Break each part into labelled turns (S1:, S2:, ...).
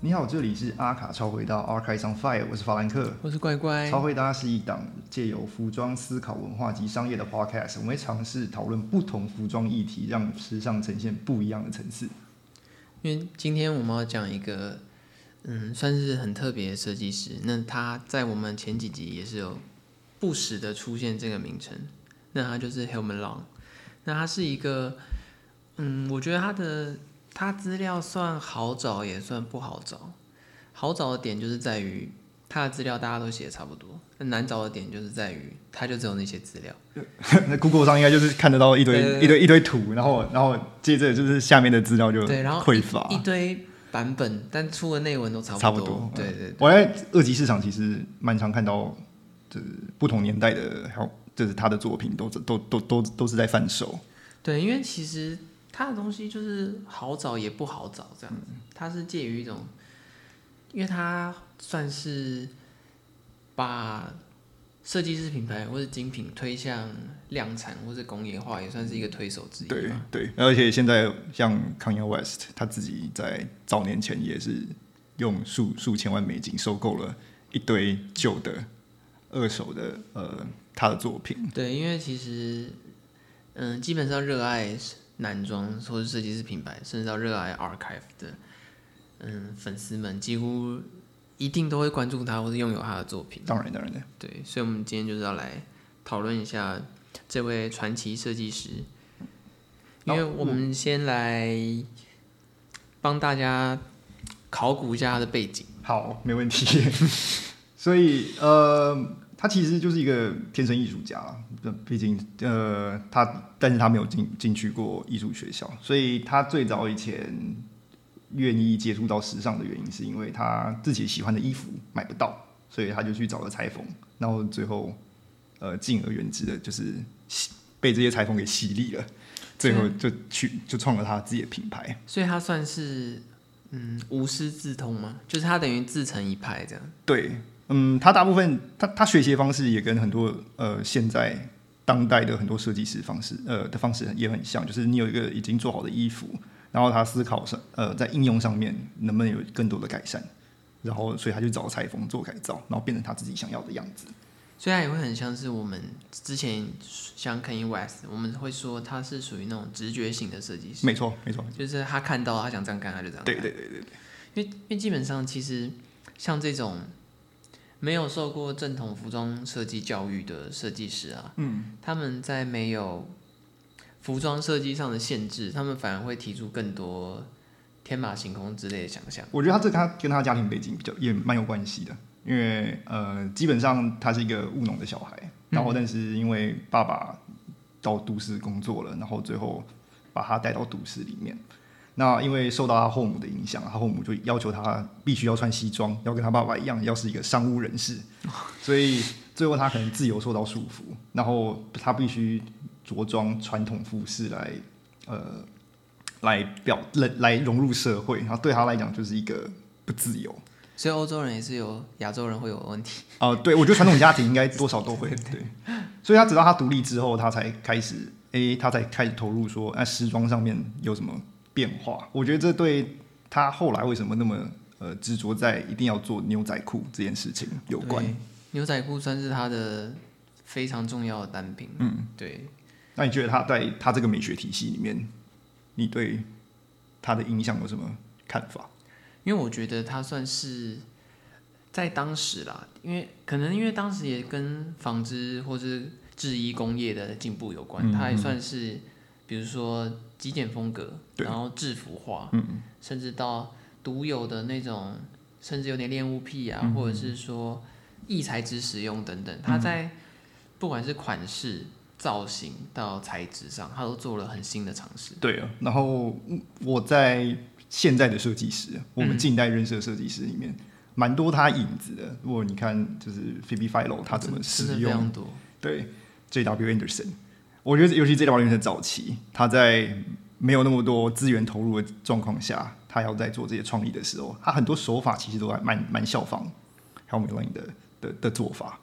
S1: 你好，这里是阿卡超回到 Archives on Fire，我是法兰克。
S2: 我是乖乖
S1: 超。会搭是一档借由服装思考文化及商业的 podcast，我们会尝试讨论不同服装议题，让时尚呈现不一样的层次。
S2: 因为今天我们要讲一个，嗯，算是很特别的设计师。那他在我们前几集也是有不时的出现这个名称。那他就是 Helman Long。那他是一个，嗯，我觉得他的他资料算好找，也算不好找。好找的点就是在于他的资料大家都写得差不多，那难找的点就是在于他就只有那些资料。
S1: 那 Google 上应该就是看得到一堆
S2: 对对对
S1: 一堆一堆图，然后然后接着就是下面的资料就
S2: 对然后
S1: 匮乏。
S2: 一堆版本，但出的内文都差
S1: 差
S2: 不
S1: 不多嗯
S2: 对对
S1: 我在二级市场其实蛮常看到，就是不同年代的，还有就是他的作品都都都都都是在贩售。
S2: 对，因为其实它的东西就是好找也不好找，这样
S1: 嗯
S2: 子，它是介于一种，因为它算是把设计师品牌或者精品推向量产或者工业化，也算是一个推手之一
S1: 对
S2: 嘛。
S1: 对，啊而且现在像 Kanye West，他自己在早年前也是用数数千万美金收购了一堆旧的二手的呃他的作品。
S2: 对，因为其实，嗯，基本上热爱男装或者设计师品牌，甚至到热爱 archive 的，嗯，粉丝们几乎一定都会关注他或是拥有他的作品。
S1: 当然当然的，
S2: 对，所以我们今天就是要来讨论一下这位传奇设计师，因为
S1: 那我
S2: 我们先来帮大家考古一下他的背景。
S1: 好，没问题。 所以呃，他其实就是一个天生艺术家啦，呃毕竟呃，他但是他没有进进去过艺术学校，所以他最早以前愿意接触到时尚的原因，是因为他自己喜欢的衣服买不到，所以他就去找了裁缝，然后最后呃，进而远之的就是洗被这些裁缝给洗礼了，最后就去就创了他自己的品牌。
S2: 所以他算是嗯无师自通嘛，就是他等于自成一派这样。
S1: 对，嗯，他大部分他他学习的方式也跟很多呃现在当代的很多设计师方式呃的方式也很像，就是你有一个已经做好的衣服，然后他思考上呃在应用上面能不能有更多的改善，然后所以他就找裁缝做改造，然后变成他自己想要的样子。
S2: 所以他也会很像是我们之前像 Kanye West，我们会说他是属于那种直觉型的设计师，
S1: 没错，没错，
S2: 就是他看到他想这样干，他就这样干。
S1: 对对对，
S2: 因为因为基本上其实像这种没有受过正统服装设计教育的设计师啊，嗯，他们在没有服装设计上的限制，他们反而会提出更多天马行空之类的想象。
S1: 我觉得他这跟他跟他家庭背景比较也蛮有关系的，因为呃基本上他是一个务农的小孩，然后但是因为爸爸到都市工作了，然后最后把他带到都市里面。那因为受到他后母的影响，他后母就要求他必须要穿西装，要跟他爸爸一样，要是一个商务人士，所以最后他可能自由受到束缚，然后他必须着装传统服饰来，呃，来表来来融入社会，然后对他来讲就是一个不自由。
S2: 所以欧洲人也是有亚洲人会有问题，
S1: 啊，对，我觉得传统家庭应该多少都会对，所以他直到他独立之后，他才开始，诶、他才开始投入说，啊，时装上面有什么变化？我觉得这对他后来为什么那么呃执着在一定要做牛仔裤这件事情有关。
S2: 对。牛仔裤算是他的非常重要的单品，嗯，对。
S1: 那你觉得他在他这个美学体系里面，你对他的影响有什么看法？
S2: 因为我觉得他算是在当时啦，因为可能因为当时也跟纺织或是制衣工业的进步有
S1: 嗯
S2: 关，它也算是比如说极简风格，
S1: 对嗯
S2: 然后制服化，甚至到独有的那种，甚至有点恋物癖
S1: 嗯
S2: 啊，或者是说异材质使用等等，它在不管是款式、造型到材质上，它都做了很新的尝试。
S1: 对啊，然后嗯我在现在的设计师，我
S2: 嗯
S1: 们近代认识的设计师里面，蛮、多他影子的。如果你看就是 Phoebe Philo，他怎么
S2: 真的
S1: 使
S2: 非常
S1: 用
S2: 多？
S1: 对 J.W. Anderson，我觉得尤其 J.W. Anderson 早期，他在没有那么多资源投入的状况下，他要在做这些创意的时候，他很多手法其实都还蛮蛮效仿 Helmut Lang 的的的做法。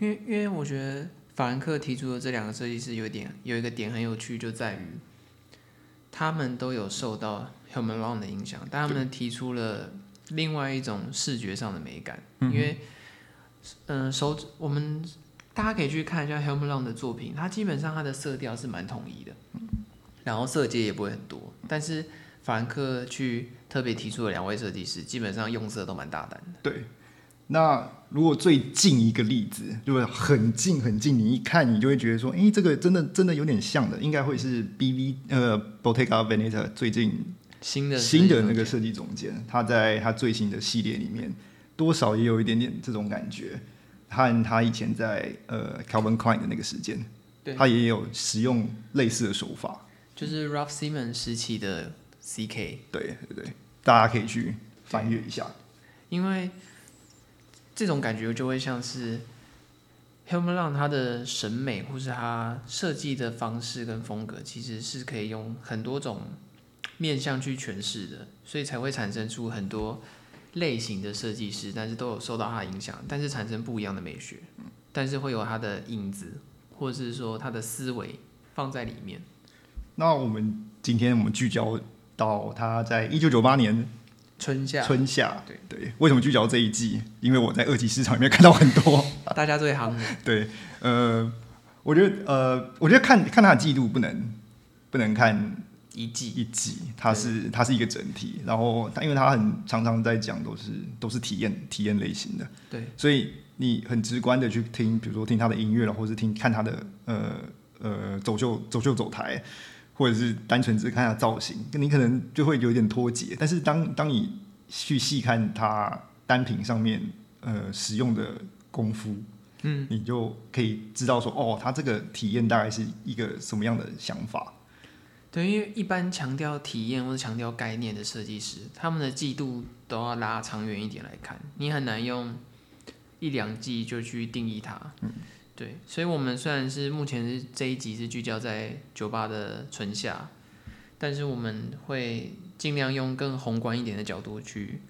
S2: 因为因为我觉得法兰克提出的这两个设计师有一点有一个点很有趣，就在于他们都有受到 Human Long 的影响，但他们提出了另外一种视觉上的美感，因为，嗯、手指我们大家可以去看一下 Helm Lang 的作品，它基本上它的色调是蛮统一的，然后色阶也不会很多，但是法兰克去特别提出的两位设计师，基本上用色都蛮大胆的，
S1: 对，那如果最近一个例子，就是很近很近，你一看你就会觉得说，诶，这个真的真的有点像的，应该会是 B V 呃 Bottega Veneta 最近
S2: 新的
S1: 新的那
S2: 设
S1: 个
S2: 计
S1: 设计总监，他在他最新的系列里面，多少也有一点点这种感觉，和他以前在呃 Calvin Klein 的那个时间
S2: 对，
S1: 他也有使用类似的手法，
S2: 就是 Ralph Simon 时期的 CK，
S1: 对对对，大家可以去翻阅一下，
S2: 因为这种感觉就会像是 h e l m u n 他的审美或是他设计的方式跟风格，其实是可以用很多种面向去诠释的，所以才会产生出很多类型的设计师，但是都有受到他的影响，但是产生不一样的美学，但是会有他的影子，或者是说他的思维放在里面。
S1: 那我们今天我们聚焦到他在一九九八年
S2: 春夏，
S1: 春夏，
S2: 对
S1: 对，为什么聚焦这一季？因为我在二级市场里面看到很多，
S2: 大家最行
S1: 对，呃，我觉得呃，我觉得看看他的季度不能不能看
S2: 一季，
S1: 一季，它是它是一个整体，然后它因为它很常常在讲都是都是体验体验类型的，
S2: 对，
S1: 所以你很直观的去听，比如说听他的音乐了，或是听看他的呃呃走秀走秀走台，或者是单纯只看他的造型，你可能就会有点脱节。但是当当你去细看他单品上面呃使用的功夫，嗯，你就可以知道说哦，他这个体验大概是一个什么样的想法。
S2: 对，因为一般强调体验或者强调概念的设计师，他们的季度都要拉长远一点来看，你很难用一两季就去定义它。对，所以我们虽然是目前是这一集是聚焦在酒吧的春夏，但是我们会尽量用更宏观一点的角度去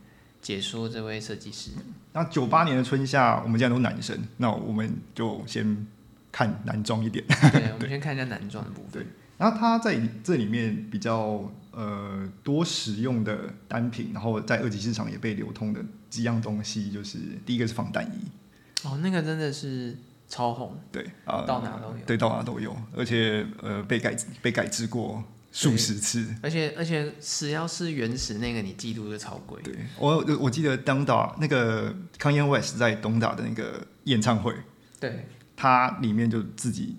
S2: 解说这位设计师。
S1: 那九八年的春夏，我们既然都男生，那我们就先看男装一点。
S2: 对，我们先看一下男装的部分。
S1: 然后它在这里面比较呃多使用的单品，然后在二级市场也被流通的几样东西，就是第一个是防弹衣，
S2: 哦，那个真的是超红，
S1: 对啊，
S2: 到哪都有。
S1: 对，到哪都有，而且呃被改被改制过数十次。
S2: 而且而且，只要是原始那个，你季度就超贵。
S1: 对我我记得当打那个 Kanye West 在东打的那个演唱会，
S2: 对，
S1: 它里面就自己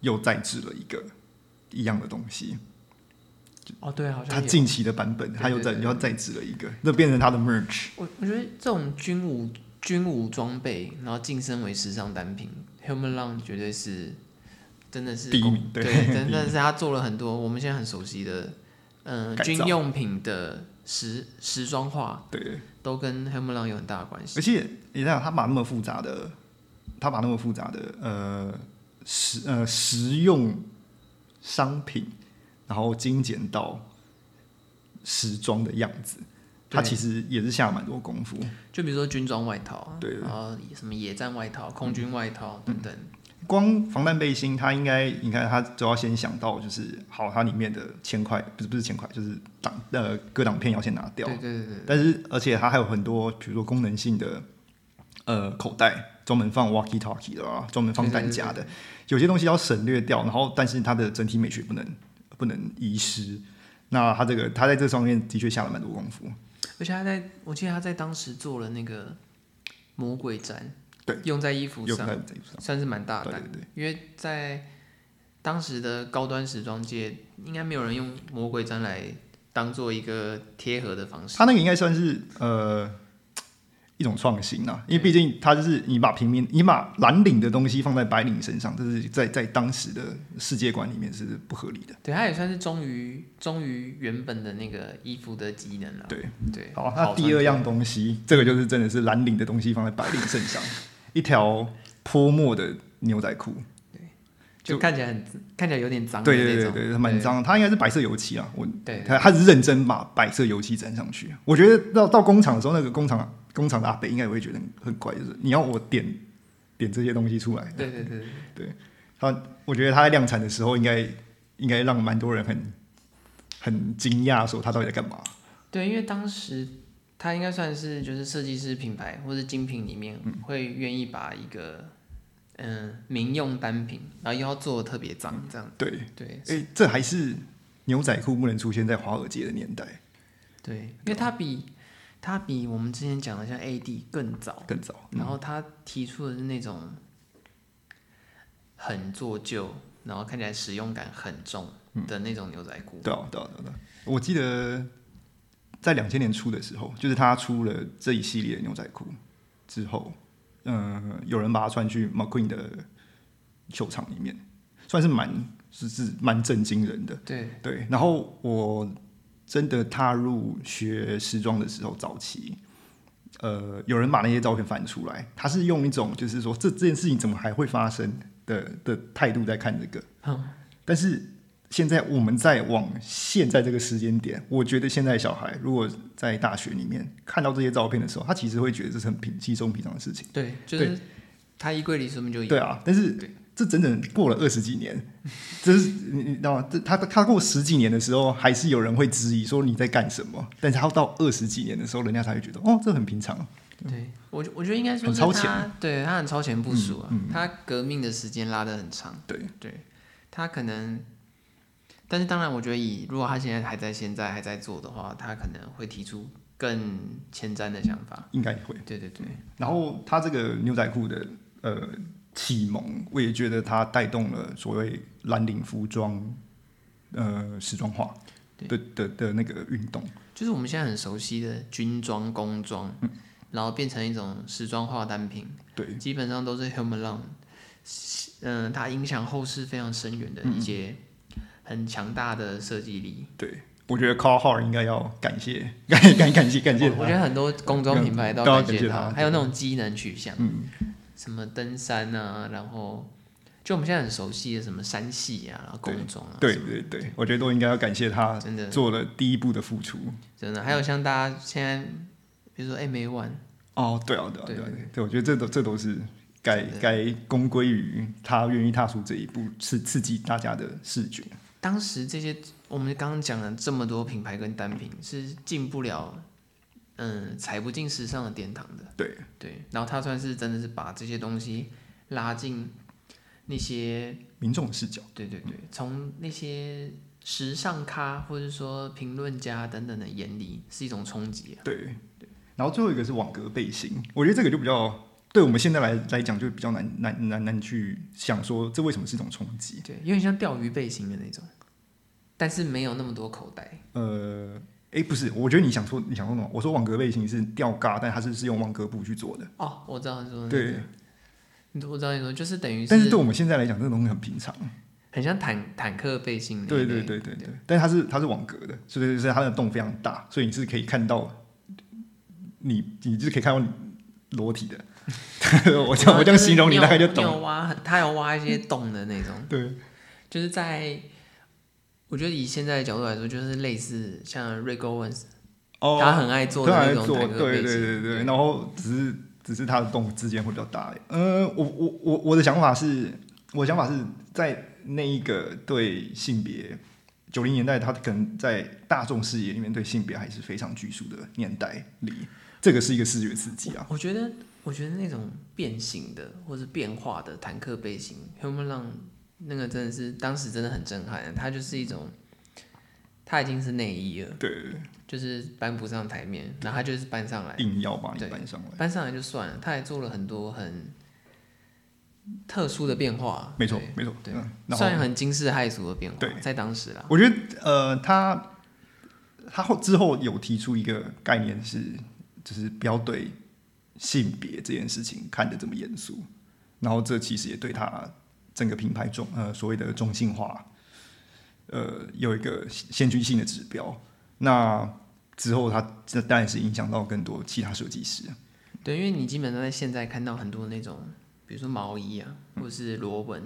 S1: 又再制了一个一样的东西，
S2: 哦，对，好
S1: 他
S2: 像有。
S1: 近期的版本，
S2: 对
S1: 他又再
S2: 对对
S1: 又再制了一个，那变成他的 merch。
S2: 我我觉得这种军武军武装备，然后晋升为时尚单品，Human l o n g 绝对是真的是
S1: 第一名
S2: 公
S1: 对
S2: 对，
S1: 第一
S2: 真
S1: 名
S2: 的是他做了很多我们现在很熟悉的，嗯、
S1: 改造
S2: 军用品的时时装化，
S1: 对，
S2: 都跟 Human l o n g 有很大的关系
S1: 而。且你看他把那么复杂的，他把那么复杂的呃实呃实用商品，然后精简到时装的样子，他
S2: 对
S1: 其实也是下蛮多功夫。
S2: 就比如说军装外套啊，
S1: 对嗯
S2: 然后什么野战外套、空军外套等等，
S1: 光防弹背心，它应该你看它就要先想到就是好，它里面的铅块不是不是铅块，就是挡呃隔挡片要先拿掉
S2: 对，对对对，
S1: 但是而且它还有很多，比如说功能性的呃口袋，专门放 walkie talkie 的啊，专门放弹夹的，有些东西要省略掉，然后但是它的整体美学不能不能遗失。那它这个它在这上面的确下了蛮多功夫，
S2: 而且他在我记得他在当时做了那个魔鬼毡，
S1: 对，
S2: 用在衣服
S1: 有
S2: 上
S1: 看，这一部上
S2: 算是蛮大
S1: 对
S2: 胆
S1: 对对，
S2: 因为在当时的高端时装界，应该没有人用魔鬼毡来当做一个贴合的方式
S1: 它。那个应该算是呃一种创新啊，因为毕竟它就是你把平民你把蓝领的东西放在白领身上，这是在在当时的世界观里面是不合理的。
S2: 对，它也算是忠于忠于原本的那个衣服的机能了。
S1: 对
S2: 对，
S1: 好，那第二样东西，这个就是真的是蓝领的东西放在白领身 上，一条泼墨的牛仔裤，
S2: 就看起来很看起来有点脏的
S1: 对
S2: 那种，
S1: 对对对，它蛮脏，它应该是白色油漆啊，我
S2: 对。对，
S1: 他他是认真把白色油漆沾上去，我觉得到到工厂的时候，那个工厂工厂的阿北应该也会觉得很很怪，就是你要我点点这些东西出来，
S2: 对对对对，
S1: 他我觉得他在量产的时候应该应该让蛮多人很很惊讶，说他到底在干嘛。
S2: 对，因为当时他应该算是就是设计师品牌或者精品里面会愿意把一个嗯、民用单品，然后又要做得特别脏这样，
S1: 对，
S2: 对
S1: 哎、这还是牛仔裤不能出现在华尔街的年代
S2: 对，因为他比他比我们之前讲的像 AD 更早，
S1: 更早。
S2: 然后他提出的是那种很做旧，然后看起来使用感很重的那种牛仔裤，
S1: 对啊，对啊，对啊对啊我记得在两千年初的时候，就是他出了这一系列牛仔裤之后，嗯、有人把它穿去 McQueen 的秀场里面，算是蛮是是蛮震惊人的。
S2: 对，
S1: 对，然后我真的踏入学时装的时候，早期，呃，有人把那些照片翻出来，他是用一种就是说这这件事情怎么还会发生的的态度在看这个。但是现在我们再往现在这个时间点，我觉得现在小孩如果在大学里面看到这些照片的时候，他其实会觉得这是很平稀松平常的事情。
S2: 对，就是他衣柜里说不定就有。
S1: 对啊，但是
S2: 对
S1: 这整整过了二十几年，这是你你知道吗？这他他过十几年的时候，还是有人会质疑说你在干什么，但是他到二十几年的时候，人家才会觉得哦，这很平常。
S2: 对，我觉我觉得应该
S1: 嗯
S2: 说
S1: 很
S2: 是
S1: 超
S2: 他
S1: 前嗯
S2: 对他很超前部署啊，他革命的时间拉得很长，
S1: 对
S2: 对，他可能，但是当然，我觉得以如果他现在还在现在还在做的话，他可能会提出更前瞻的想法，
S1: 应该也会。
S2: 对对对，
S1: 然后他这个牛仔裤的呃启蒙，我也觉得它带动了所谓蓝领服装呃时装化的的的那个运动。
S2: 就是我们现在很熟悉的军装、工装，然后变成一种时装化单品，
S1: 嗯对，
S2: 基本上都是 Human Long，嗯、它影响后世非常深远的
S1: 嗯
S2: 一些很强大的设计力。
S1: 对，我觉得 Carl Hart 应该要感谢 感感感谢感谢
S2: 哦我
S1: 他
S2: 我觉。得很多工装品牌都
S1: 都要
S2: 要感
S1: 感谢
S2: 谢
S1: 他
S2: 他，还有那种机能取向，
S1: 嗯
S2: 什么登山啊，然后就我们现在很熟悉的什么山系啊，然后工装啊，
S1: 对对对，我觉得都应该要感谢他
S2: 真的
S1: 做了第一步的付出。
S2: 真的，还有像大家现在，比如说哎 M A One，
S1: 哦，对啊，对啊，
S2: 对
S1: 对啊
S2: 对对，
S1: 对，我觉得这都这都是该
S2: 真的
S1: 该公归于他愿意踏出这一步，刺刺激大家的视觉。
S2: 当时这些我们刚刚讲了这么多品牌跟单品是进不了，嗯，踩不进时尚的殿堂的，
S1: 对
S2: 对，然后他算是真的是把这些东西拉进那些
S1: 民众视角，
S2: 对对对，从那些时尚咖或者说评论家等等的眼里，是一种冲击啊。
S1: 对。然后最后一个是网格背心，我觉得这个就比较对我们现在来来讲就比较难难难难去想说这为什么是一种冲击。
S2: 对，有点像钓鱼背心的那种，但是没有那么多口袋。
S1: 呃，哎，不是，我觉得你想说你想说什么？我说网格背心是吊嘎，但它是是用网格布去做的，
S2: 哦，我知道你说的
S1: 对。
S2: 那个，我知道你说就是等于
S1: 但是对我们现在来讲，这个东西很平常。
S2: 很像坦坦克背心那一
S1: 对
S2: 类。
S1: 对对对对，但是它是它是网格的，所以所以它的洞非常大，所以你是可以看到你你就是可以看到你裸体 的。我这样我这样形容你大概就
S2: 你有
S1: 懂。
S2: 你有挖，他有挖一些洞的那种，
S1: 对
S2: 就是在。我觉得以现在的角度来说，就是类似像 Rick Owens，、
S1: 哦，
S2: 他很爱做的
S1: 他
S2: 那
S1: 还
S2: 种
S1: 做
S2: 坦克背
S1: 对对
S2: 心。
S1: 对对，然后只是只是它的洞之间会比较大。呃，我我我我的想法是，我的想法是在那一个对性别。九零年代，他可能在大众视野里面对性别还是非常拘束的年代里，这个是一个视觉刺激啊。
S2: 我觉得，我觉得那种变形的或者变化的坦克背心，Human Long 那个真的是当时真的很震撼，它就是一种，它已经是内衣了，
S1: 对对对，
S2: 就是搬不上台面，然后它就是搬上来，
S1: 硬要把你
S2: 对
S1: 搬上来。
S2: 搬上来就算了，它还做了很多很特殊的变化，
S1: 没错
S2: 对，
S1: 没错。
S2: 对
S1: 嗯然后
S2: 算很惊世骇俗的变化
S1: 对，
S2: 在当时啦，
S1: 我觉得，呃，他他后之后有提出一个概念是，就是不要对性别这件事情看得这么严肃。然后这其实也对他整个品牌中，呃，所谓的中性化，呃，有一个先驱性的指标。那之后，他这当然是影响到更多其他设计师。
S2: 对，因为你基本上在现在看到很多那种，比如说毛衣啊，或者是螺纹，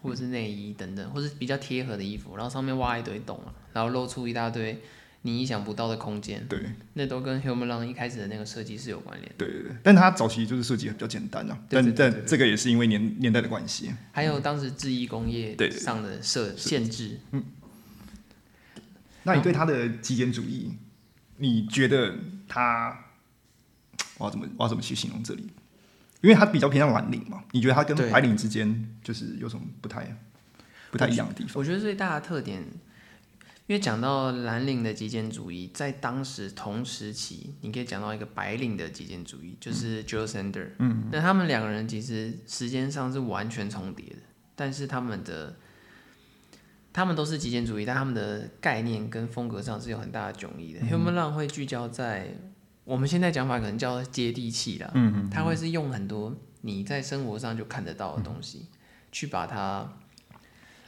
S2: 或者是内衣等等，或是比较贴合的衣服，然后上面挖一堆洞啊，然后露出一大堆你意想不到的空间，
S1: 对
S2: 那都跟 Human Long 一开始的那个设计是有关联的。
S1: 对对对，但他早期就是设计得比较简单啊，
S2: 对对
S1: 但
S2: 对对
S1: 但这个也是因为年年代的关系。
S2: 还有当时制衣工业
S1: 对
S2: 上的设限制，
S1: 那你对他的极简主义，你觉得他，我要怎么我要怎么去形容这里？因为他比较偏向蓝领嘛，你觉得他跟
S2: 对
S1: 白领之间就是有什么不太不太一样的地方？
S2: 我觉得最大的特点，因为讲到蓝领的极简主义，在当时同时期，你可以讲到一个白领的极简主义，就是 Joe Sander。嗯，那他们两个人其实时间上是完全重叠的，但是他们的他们都是极简主义，但他们的概念跟风格上是有很大的迥异的。Human
S1: 嗯
S2: Run 会聚焦在我们现在讲法可能叫接地气啦，嗯，他会是用很多你在生活上就看得到的东西，
S1: 嗯
S2: 去把它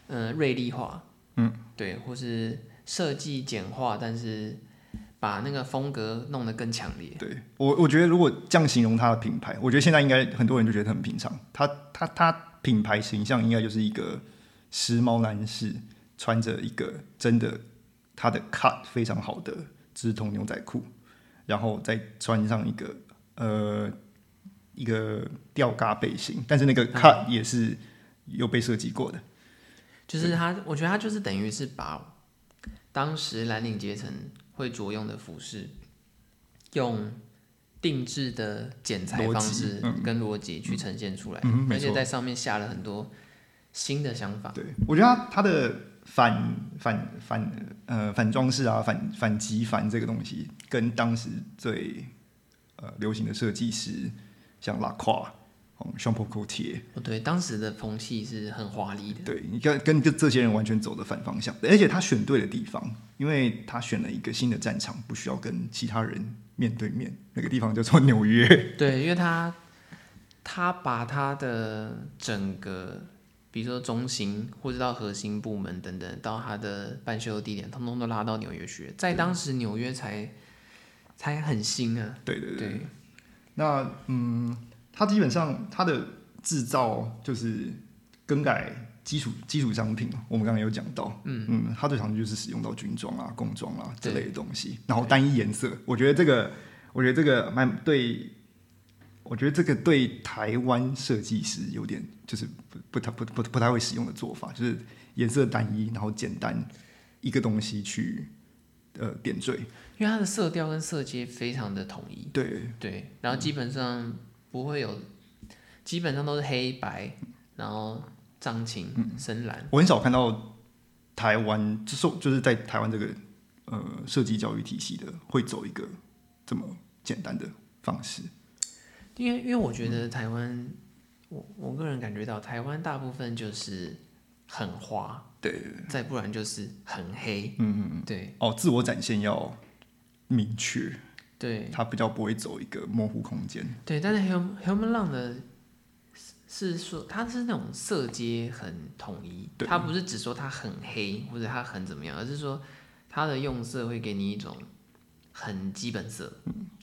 S2: 嗯、锐利化，嗯，对，或是设计简化，但是把那个风格弄得更强烈。
S1: 对我，我觉得如果这样形容它的品牌，我觉得现在应该很多人就觉得很平常。它它它品牌形象应该就是一个时髦男士穿着一个真的他的 cut 非常好的直筒牛仔裤，然后再穿上一个呃一个吊嘎背心，但是那个 cut 也是有被设计过的。
S2: 就是他，我觉得他就是等于是把当时蓝领阶层会着用的服饰，用定制的剪裁方式跟逻辑去呈现出来，
S1: 嗯嗯嗯没
S2: 而
S1: 错
S2: 且在上面下了很多新的想法。
S1: 对，我觉得他他的反反反呃反装饰啊，反反极反这个东西，跟当时最呃流行的设计师，像拉胯、嗯、胸破口贴，
S2: 哦，对，当时的风气是很华丽的。
S1: 对你跟跟这这些人完全走的反方向，而且他选对了地方，因为他选了一个新的战场，不需要跟其他人面对面，那个地方叫做纽约。
S2: 对，因为他他把他的整个，比如说中心或者到核心部门等等，到他的办修地点，通通都拉到纽约去，在当时纽约才才很新啊。
S1: 对对对。
S2: 对，
S1: 那嗯，它基本上它的制造就是更改基础基础商品，我们刚刚有讲到，嗯嗯，它最常就是使用到军装啊、工装啊这
S2: 对
S1: 类的东西，然后单一颜色，我觉得这个，我觉得这个蛮对。我觉得这个对台湾设计师有点就是不不太不不不太会使用的做法，就是颜色单一，然后简单一个东西去呃点缀。
S2: 因为它的色调跟色阶非常的统一，
S1: 对，
S2: 对，然后基本上不会有，基本上都是黑白，然后藏青、深蓝。
S1: 我很少看到台湾，就是就是在台湾这个呃设计教育体系的，会走一个这么简单的方式。
S2: 因为因为我觉
S1: 嗯
S2: 得台湾，我我个人感觉到台湾大部分就是很花，
S1: 对，
S2: 再不然就是很黑，
S1: 嗯嗯，
S2: 嗯，对
S1: 哦，自我展现要明确，
S2: 对
S1: 它比较不会走一个模糊空间。
S2: 对，但是 Human Human Lang 的是是说它是那种色阶很统一，
S1: 对
S2: 它不是只说它很黑或者它很怎么样，而是说它的用色会给你一种很基本色，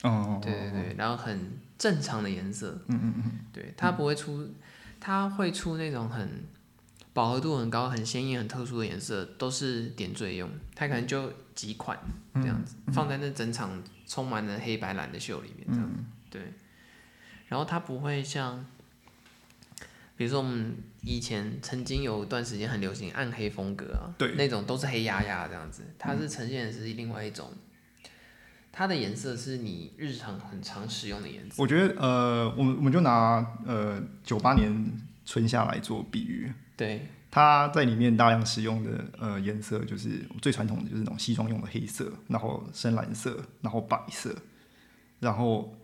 S1: 哦，
S2: 对对对，然后很正常的颜色，嗯嗯嗯，对，它不会出，它会出那种很饱和度很高、很鲜艳、很特殊的颜色，都是点缀用，它可能就几款
S1: 嗯
S2: 这样子，放在那整场充满了黑白蓝的秀里面这样
S1: 嗯
S2: 子，对，然后它不会像。比如说，我们以前曾经有一段时间很流行暗黑风格啊，
S1: 对嗯
S2: 那种都是黑压压这样子，它是呈现的是另外一种它的颜色是你日常很常使用的颜色。
S1: 我觉得呃，我们我们就拿呃九八年春夏来做比喻，
S2: 对
S1: 它在里面大量使用的呃颜色，就是最传统的就是那种西装用的黑色，然后深蓝色，然后白色，然后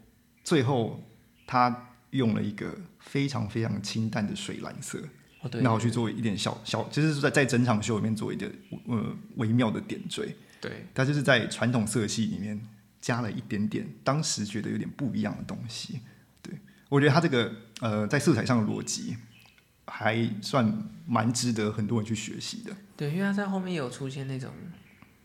S1: 最后它用了一个非常非常清淡的水蓝色，
S2: 哦对
S1: 然后去做一点小小，就是在在整场秀里面做一点呃微妙的点缀，
S2: 对
S1: 它就是在传统色系里面加了一点点当时觉得有点不一样的东西。对我觉得它这个呃在色彩上的逻辑还算蛮值得很多人去学习的。
S2: 对，因为它在后面有出现那种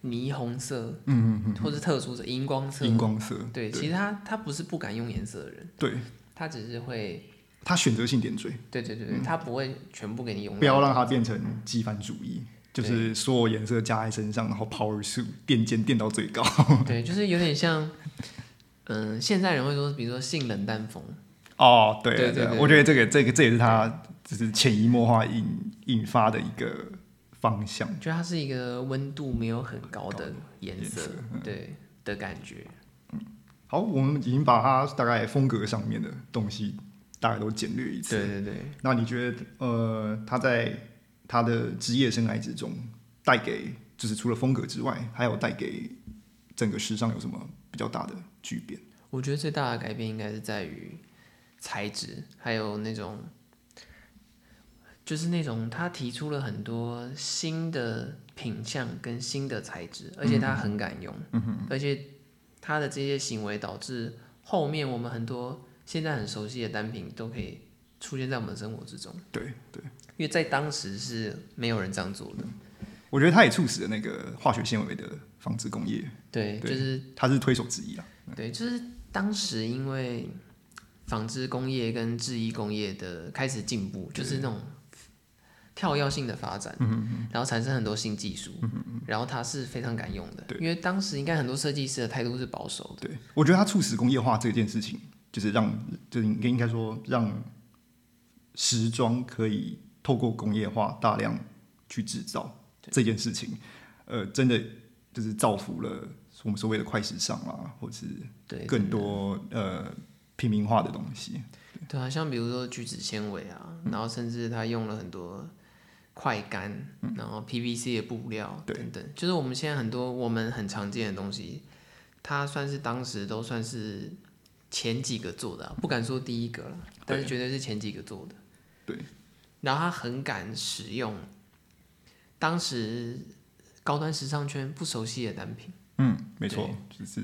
S2: 霓虹色，嗯嗯嗯，或是特殊色、荧光色。
S1: 荧光色，
S2: 对，其实他他不是不敢用颜色的人，
S1: 对，
S2: 他只是会，
S1: 它选择性点缀，
S2: 对对对对，他不会全部给你用到。
S1: 不要让它变成极繁主义。就是所有颜色加在身上，然后 power 数垫肩垫到最 高。
S2: 对，就是有点像，嗯、现在人会说，比如说性冷淡风，
S1: 哦，对
S2: 对对对
S1: 我觉得这个这个这也是它就是潜移默化引引发的一个方向。
S2: 就它是一个温度没有很高的颜
S1: 颜
S2: 色嗯
S1: 色，
S2: 对，的感觉。
S1: 好，我们已经把它大概风格上面的东西大概都简略一次。
S2: 对对对，
S1: 那你觉得，呃，他在他的职业生涯之中，带给就是除了风格之外，还有带给整个时尚有什么比较大的巨变？
S2: 我觉得最大的改变应该是在于材质，还有那种，就是那种他提出了很多新的品相跟新的材质，而且他很敢用，而且他的这些行为导致后面我们很多现在很熟悉的单品都可以出现在我们的生活之中，
S1: 对对，
S2: 因为在当时是没有人这样做的。
S1: 我觉得它也促使了那个化学纤维的纺织工业，
S2: 对，
S1: 对
S2: 就是
S1: 它是推手之一啦。啊
S2: 对，就是当时因为纺织工业跟制衣工业的开始进步，就是那种跳跃性的发展，然后产生很多新技术，然后它是非常敢用的，因为当时应该很多设计师的态度是保守的，
S1: 对，我觉得它促使工业化这件事情，就是让，就是应该应该说让时装可以透过工业化大量去制造这件事情，呃，真的就是造福了我们所谓的快时尚啦，或是
S2: 对，
S1: 更多呃平民化的东西。
S2: 对啊，像比如说聚酯纤维啊，
S1: 嗯
S2: 然后甚至它用了很多快干，然后 PVC 的布料
S1: 嗯对
S2: 等等，就是我们现在很多我们很常见的东西，它算是当时都算是前几个做的啊、不敢说第一个了，但是绝对是前几个做的。
S1: 对，
S2: 然后他很敢使用当时高端时尚圈不熟悉的单品，
S1: 嗯，没错，就是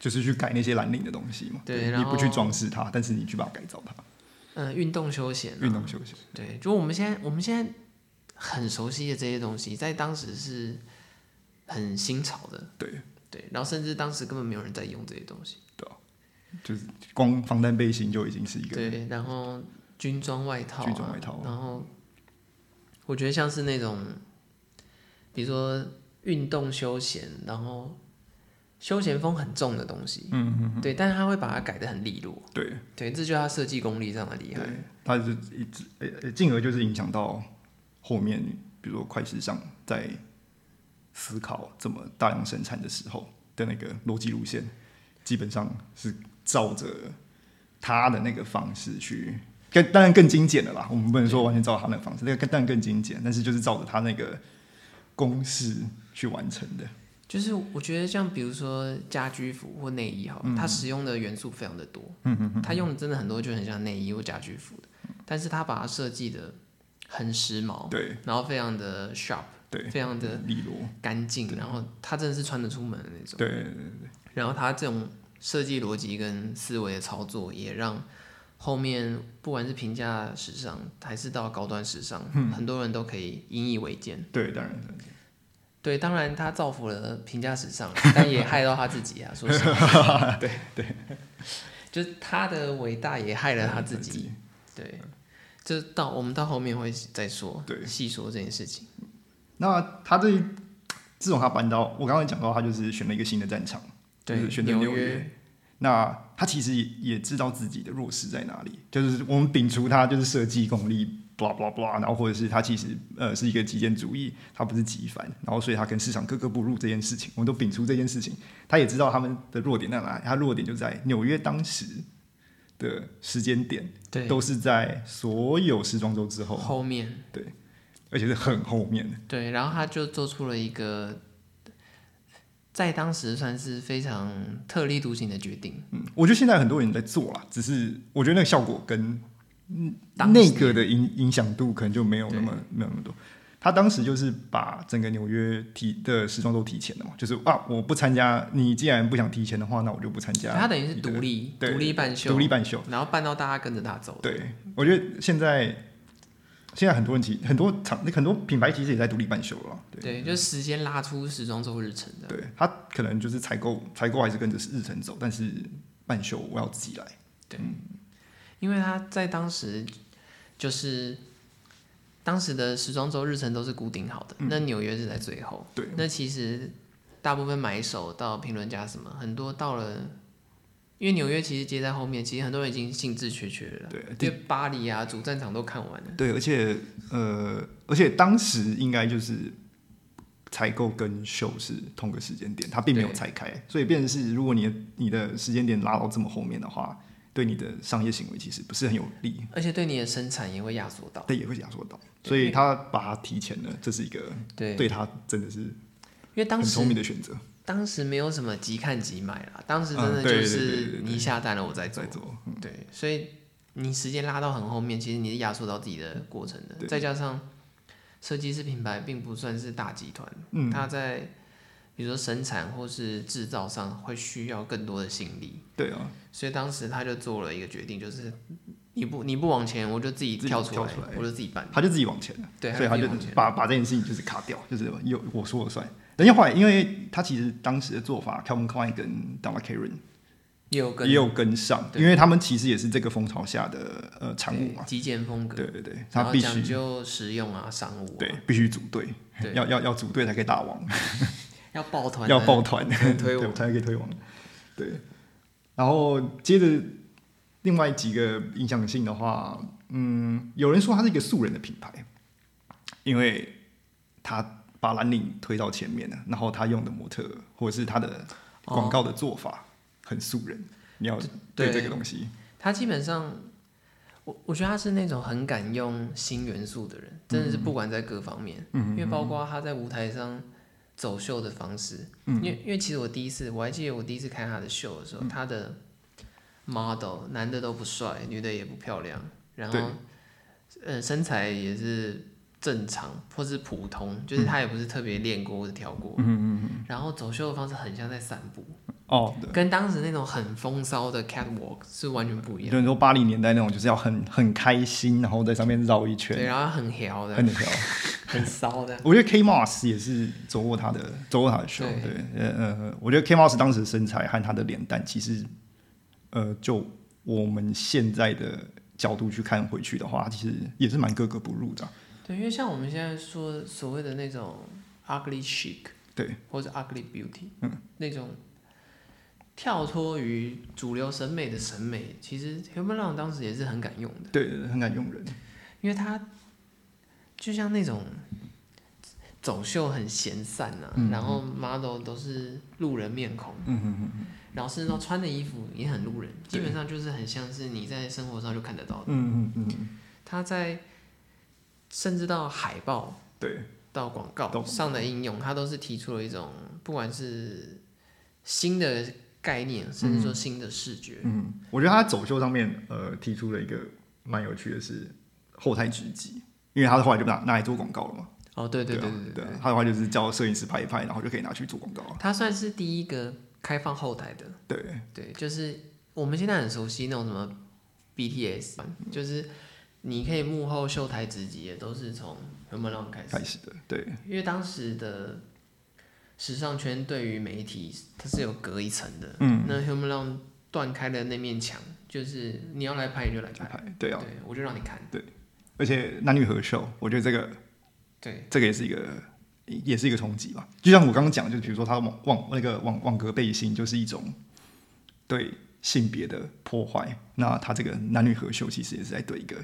S1: 就是去改那些蓝领的东西嘛。
S2: 对然
S1: 你
S2: 后
S1: 不去装饰它，但是你去把它改造它，
S2: 嗯、运动休闲、啊，
S1: 运动休闲。
S2: 对，就我们现在我们现在很熟悉的这些东西，在当时是很新潮的，
S1: 对
S2: 对，然后甚至当时根本没有人在用这些东西，
S1: 就是光防弹背心就已经是一个
S2: 对，然后军装外套、啊，
S1: 军装外套啊
S2: 然后我觉得像是那种，比如说运动休闲，然后休闲风很重的东西，嗯嗯对，但是他会把它改得很利落，
S1: 对。
S2: 对，这就是他设计功力上的厉害，
S1: 对，它是一直呃呃，进而就是影响到后面，比如说快时尚在思考怎么大量生产的时候的那个逻辑路线，基本上是照着他的那个方式去。更当然更精简了啦，我们不能说完全照他那个方式，那个更当然更精简，但是就是照着他那个公式去完成的。
S2: 就是我觉得像比如说家居服或内衣
S1: 嗯
S2: 哈，它使用的元素非常的多，它用的真的很多就很像内衣或家居服的，但是它把它设计的很时髦，
S1: 对
S2: 然后非常的 sharp，
S1: 对，
S2: 非常的
S1: 利落，
S2: 干净，然后它真的是穿得出门的那种，
S1: 对
S2: 然后它这种设计逻辑跟思维的操作，也让后面不管是平价时尚还是到高端时尚，
S1: 嗯
S2: 很多人都可以引以为鉴。
S1: 对，当然
S2: 对，当然他造福了平价时尚，但也害到他自己啊！说实 话，对对， 就是他的伟大也害了他自己。对，这到我们到后面会再说，
S1: 对
S2: 细说这件事情。
S1: 那他这一自从他搬到，我刚才讲到，他就是选了一个新的战场，就
S2: 对
S1: 是，选择
S2: 纽
S1: 纽
S2: 约，
S1: 那他其实也也知道自己的弱势在哪里，就是我们摒除他就是设计功力，blah blah blah，然后或者是他其实呃是一个极简主义，他不是极繁，然后所以他跟市场格格不入这件事情，我们都摒除这件事情，他也知道他们的弱点在哪里，他弱点就在纽约当时的时间点，
S2: 对，
S1: 都是在所有时装周之后，
S2: 后面
S1: 而且是很后面的，
S2: 对，然后他就做出了一个在当时算是非常特立独行的决定。
S1: 嗯，我觉得现在很多人在做啦，只是我觉得那个效果跟嗯
S2: 当
S1: 那
S2: 时
S1: 个的影影响度可能就没有那么没有那么多。他当时就是把整个纽约提的时装周提前了嘛，就是啊，我不参加，你既然不想提前的话，那我就不参加。
S2: 他等于是
S1: 你的
S2: 独立，
S1: 对
S2: 独立办秀，
S1: 独立办秀。
S2: 然后办到大家跟着他走。
S1: 对，我觉得现在现在很多问题，很多厂很多品牌其实也在独立办秀了啦。对
S2: 对，就时间拉出时装周日程的。
S1: 对，他可能就是采购采购还是跟着日程走，但是办秀我要自己来。
S2: 因为他在当时就是当时的时装周日程都是固定好的，那纽约是在最后。
S1: 嗯对，
S2: 那其实大部分买手到评论家什么，很多到了，因为纽约其实接在后面，其实很多人已经兴致缺缺了。
S1: 呃对
S2: 因为巴黎啊主战场都看完了。
S1: 对，而且呃，而且当时应该就是采购跟秀是同个时间点，它并没有
S2: 对
S1: 拆开，所以变成是如果你的你的时间点拉到这么后面的话，对你的商业行为其实不是很有利，
S2: 而且对你的生产也会压缩到。
S1: 但也会压缩到，所以他把它提前了，这是一个
S2: 对，
S1: 对他真的是
S2: 因为
S1: 很
S2: 当时
S1: 聪明的选择，
S2: 当时没有什么即看即买啦，当时真
S1: 嗯
S2: 的
S1: 对
S2: 就
S1: 对对对
S2: 是
S1: 对
S2: 你下单了我再做
S1: 在，做，嗯
S2: 对，所以你时间拉到很后面，其实你是压缩到自己的过程的。
S1: 对
S2: 再加上设计师品牌并不算是大集团，
S1: 嗯
S2: 它在比如说生产或是制造上会需要更多的心力，
S1: 对啊，
S2: 所以当时他就做了一个决定，就是你不你不往前，我就自己
S1: 自己
S2: 跳出
S1: 跳
S2: 来
S1: 出，来
S2: 我就自己办。
S1: 他就自己往前了，
S2: 对
S1: 所以
S2: 他
S1: 他
S2: 就
S1: 就
S2: 自己往前
S1: 把把这件事情就是卡掉，就是有我说了算。人家后来，因为他其实当时的做法，Calvin Klein 跟 Donna Karen
S2: 也有跟
S1: 也有跟上，
S2: 对
S1: 因为他们其实也是这个风潮下的呃产物嘛
S2: 对。极简风格，
S1: 对对对，
S2: 然
S1: 他
S2: 后
S1: 必
S2: 讲
S1: 须
S2: 究实用啊，商务啊，
S1: 对必须组队，
S2: 对
S1: 要要要组队才可以打王，
S2: 要抱团，
S1: 要抱团
S2: 才能 推
S1: 对
S2: 我
S1: 才可以推王。对，然后接着另外几个影响性的话，嗯，有人说它是一个素人的品牌，因为他把蓝领推到前面了，然后他用的模特或者是他的广告的做法很素人，你要对
S2: 对
S1: 这个东西，
S2: 他基本上，我我觉得他是那种很敢用新元素的人，真的
S1: 嗯
S2: 是不管在各方面，因为包括他在舞台上走秀的方式，
S1: 嗯
S2: 因为因为其实我第一次我还记得我第一次看他的秀的时候，他的 model 男的都不帅，女的也不漂亮，然后
S1: 对
S2: 呃身材也是正常或是普通，就是
S1: 嗯
S2: 他也不是特别练过或者跳过，然后走秀的方式很像在散步，
S1: 哦，对。
S2: 跟当时那种很风骚的 catwalk 是完全不一样的。
S1: 就是说八零年代那种，就是要很很开心，然后在上面绕一
S2: 对，
S1: 圈，
S2: 然后很撩
S1: 很
S2: 的，
S1: 屌。
S2: 很骚 的，
S1: 我觉得 K Moss 也是走过他的走过他的秀，
S2: 对
S1: 对，呃呃，我觉得 K Moss 当时的身材和他的脸蛋，其实，呃，就我们现在的角度去看回去的话，其实也是蛮格格不入的啊。
S2: 对，因为像我们现在说所谓的那种 ugly chic
S1: 对，
S2: 或者 ugly beauty，那种跳脱于主流审美的审美，其实 Human Long 当时也是很敢用的，
S1: 对，很敢用人，
S2: 因为他就像那种走秀很闲散啊，然后 model 都是路人面孔，嗯然后甚至说穿的衣服也很路人，基本上就是很像是你在生活上就看得到的。
S1: 嗯嗯嗯，
S2: 他在甚至到海报
S1: 对，嗯
S2: 到广
S1: 到
S2: 告
S1: 广告
S2: 上的应用，它都是提出了一种不管是新的概念，甚至说新的视觉。
S1: 嗯，我觉得他在走秀上面，呃，提出了一个蛮有趣的是后台狙击，因为他后来就拿拿来做广告了嘛，
S2: 哦，对对对
S1: 啊
S2: 对
S1: 对
S2: 对，
S1: 啊，他的话就是叫摄影师拍一拍，然后就可以拿去做广告了，
S2: 它算是第一个开放后台的，
S1: 对，
S2: 对，就是我们现在很熟悉那种什么 BTS，就是
S1: 嗯
S2: 你可以幕后秀台直击的，都是从 h u m a n Long 开始
S1: 开，始的，对，
S2: 因为当时的时尚圈对于媒体它是有隔一层的，嗯，那 Human Long 断开了那面墙，就是你要来拍你就来
S1: 就
S2: 拍，
S1: 拍，对啊，
S2: 对我就让你看，
S1: 而且男女合秀，我觉得这个
S2: 对
S1: 这个也是一个也是一个冲击吧。就像我刚刚讲，就比如说他网网那个网网格背心，就是一种对性别的破坏。那他这个男女合秀，其实也是在对一个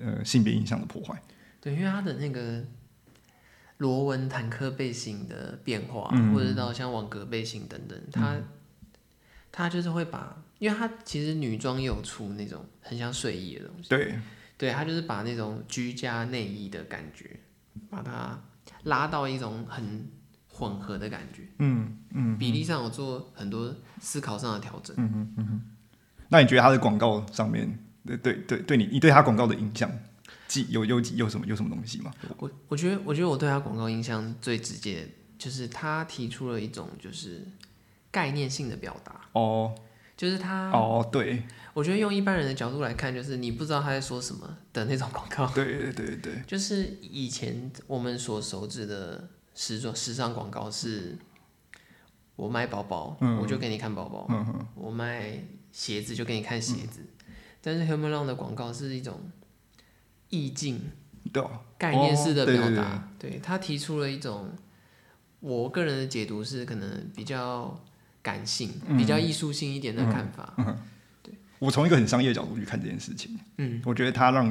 S1: 呃性别印象的破坏。
S2: 对，因为他的那个螺纹坦克背心的变化，或者到像网格背心等等，他他就是会把，因为他其实女装也有出那种很像睡衣的东西。
S1: 对，
S2: 对，他就是把那种居家内衣的感觉，把它拉到一种很混合的感觉。
S1: 嗯嗯。
S2: 比例上有做很多思考上的调整。
S1: 那你觉得他的广告上面，对对对，对你你对他广告的影响，记有有有什么有什么东西吗？
S2: 我我觉得，我觉得我对他广告印象最直接，就是他提出了一种就是概念性的表达，
S1: 哦
S2: 就是他，
S1: 哦，对
S2: 我觉得用一般人的角度来看，就是你不知道他在说什么的那种广告。
S1: 对对对对，
S2: 就是以前我们所熟知的时装时尚广告是，我卖包包，我就给你看包包；我卖鞋子就给你看鞋子。但是 Human Long 的广告是一种意境、
S1: 对哦
S2: 概念式的
S1: 哦对
S2: 表
S1: 对
S2: 达，对他提出了一种，我个人的解读是可能比较感性、比较艺术性一点的看法。
S1: 我从一个很商业的角度去看这件事情，
S2: 嗯，
S1: 我觉得它让，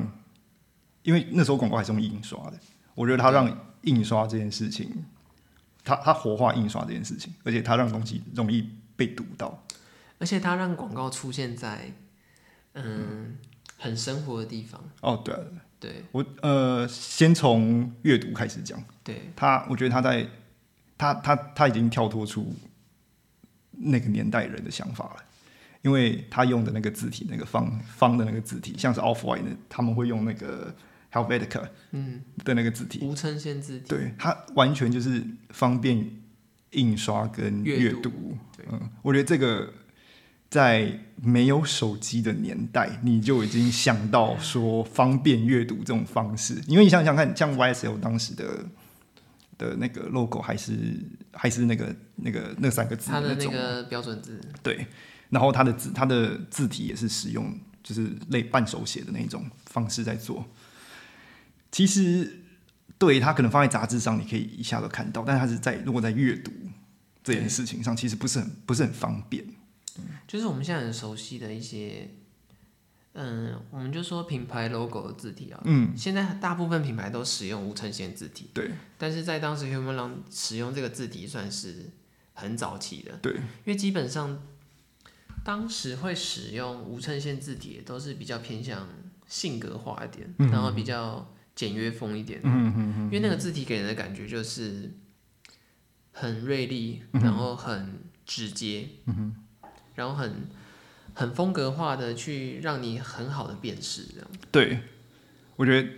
S1: 因为那时候广告还是用印刷的，我觉得它让印刷这件事情它它活化印刷这件事情，而且它让东西容易被读到。
S2: 而且它让广告出现在嗯很生活的地方，
S1: 哦，对、啊，
S2: 对
S1: 我呃，先从阅读开始讲。
S2: 对，
S1: 他，我觉得他在他他他已经跳脱出那个年代人的想法了，因为他用的那个字体，那个方方的那个字体，像是 Off White，他们会用那个 Helvetica
S2: 嗯，
S1: 的那个字体，
S2: 无衬线字体，
S1: 对，它完全就是方便印刷跟阅
S2: 阅
S1: 读。
S2: 读
S1: 嗯，我觉得这个在没有手机的年代，你就已经想到说方便阅读这种方式，因为你想想看，像 YSL 当时的的那个 logo 还是还是那个那个那三个字
S2: 它的
S1: 那
S2: 那
S1: 种
S2: 个标准字，
S1: 对，然后它的字它的字体也是使用就是类半手写的那种方式在做。其实对它可能放在杂志上，你可以一下都看到，但是它是在如果在阅读这件事情上，其实不是很不是很方便。
S2: 就是我们现在很熟悉的一些，嗯，我们就说品牌 logo 的字体啊，
S1: 嗯，
S2: 现在大部分品牌都使用无衬线字体，
S1: 对
S2: 但是在当时 Human l o n 使用这个字体算是很早期的，
S1: 对
S2: 因为基本上当时会使用无衬线字体，都是比较偏向性格化一点，然后比较简约风一点。嗯嗯嗯。因为那个字体给人的感觉就是很锐利，然后很直接，嗯然后很很风格化的去让你很好的辨识这样。
S1: 对，我觉得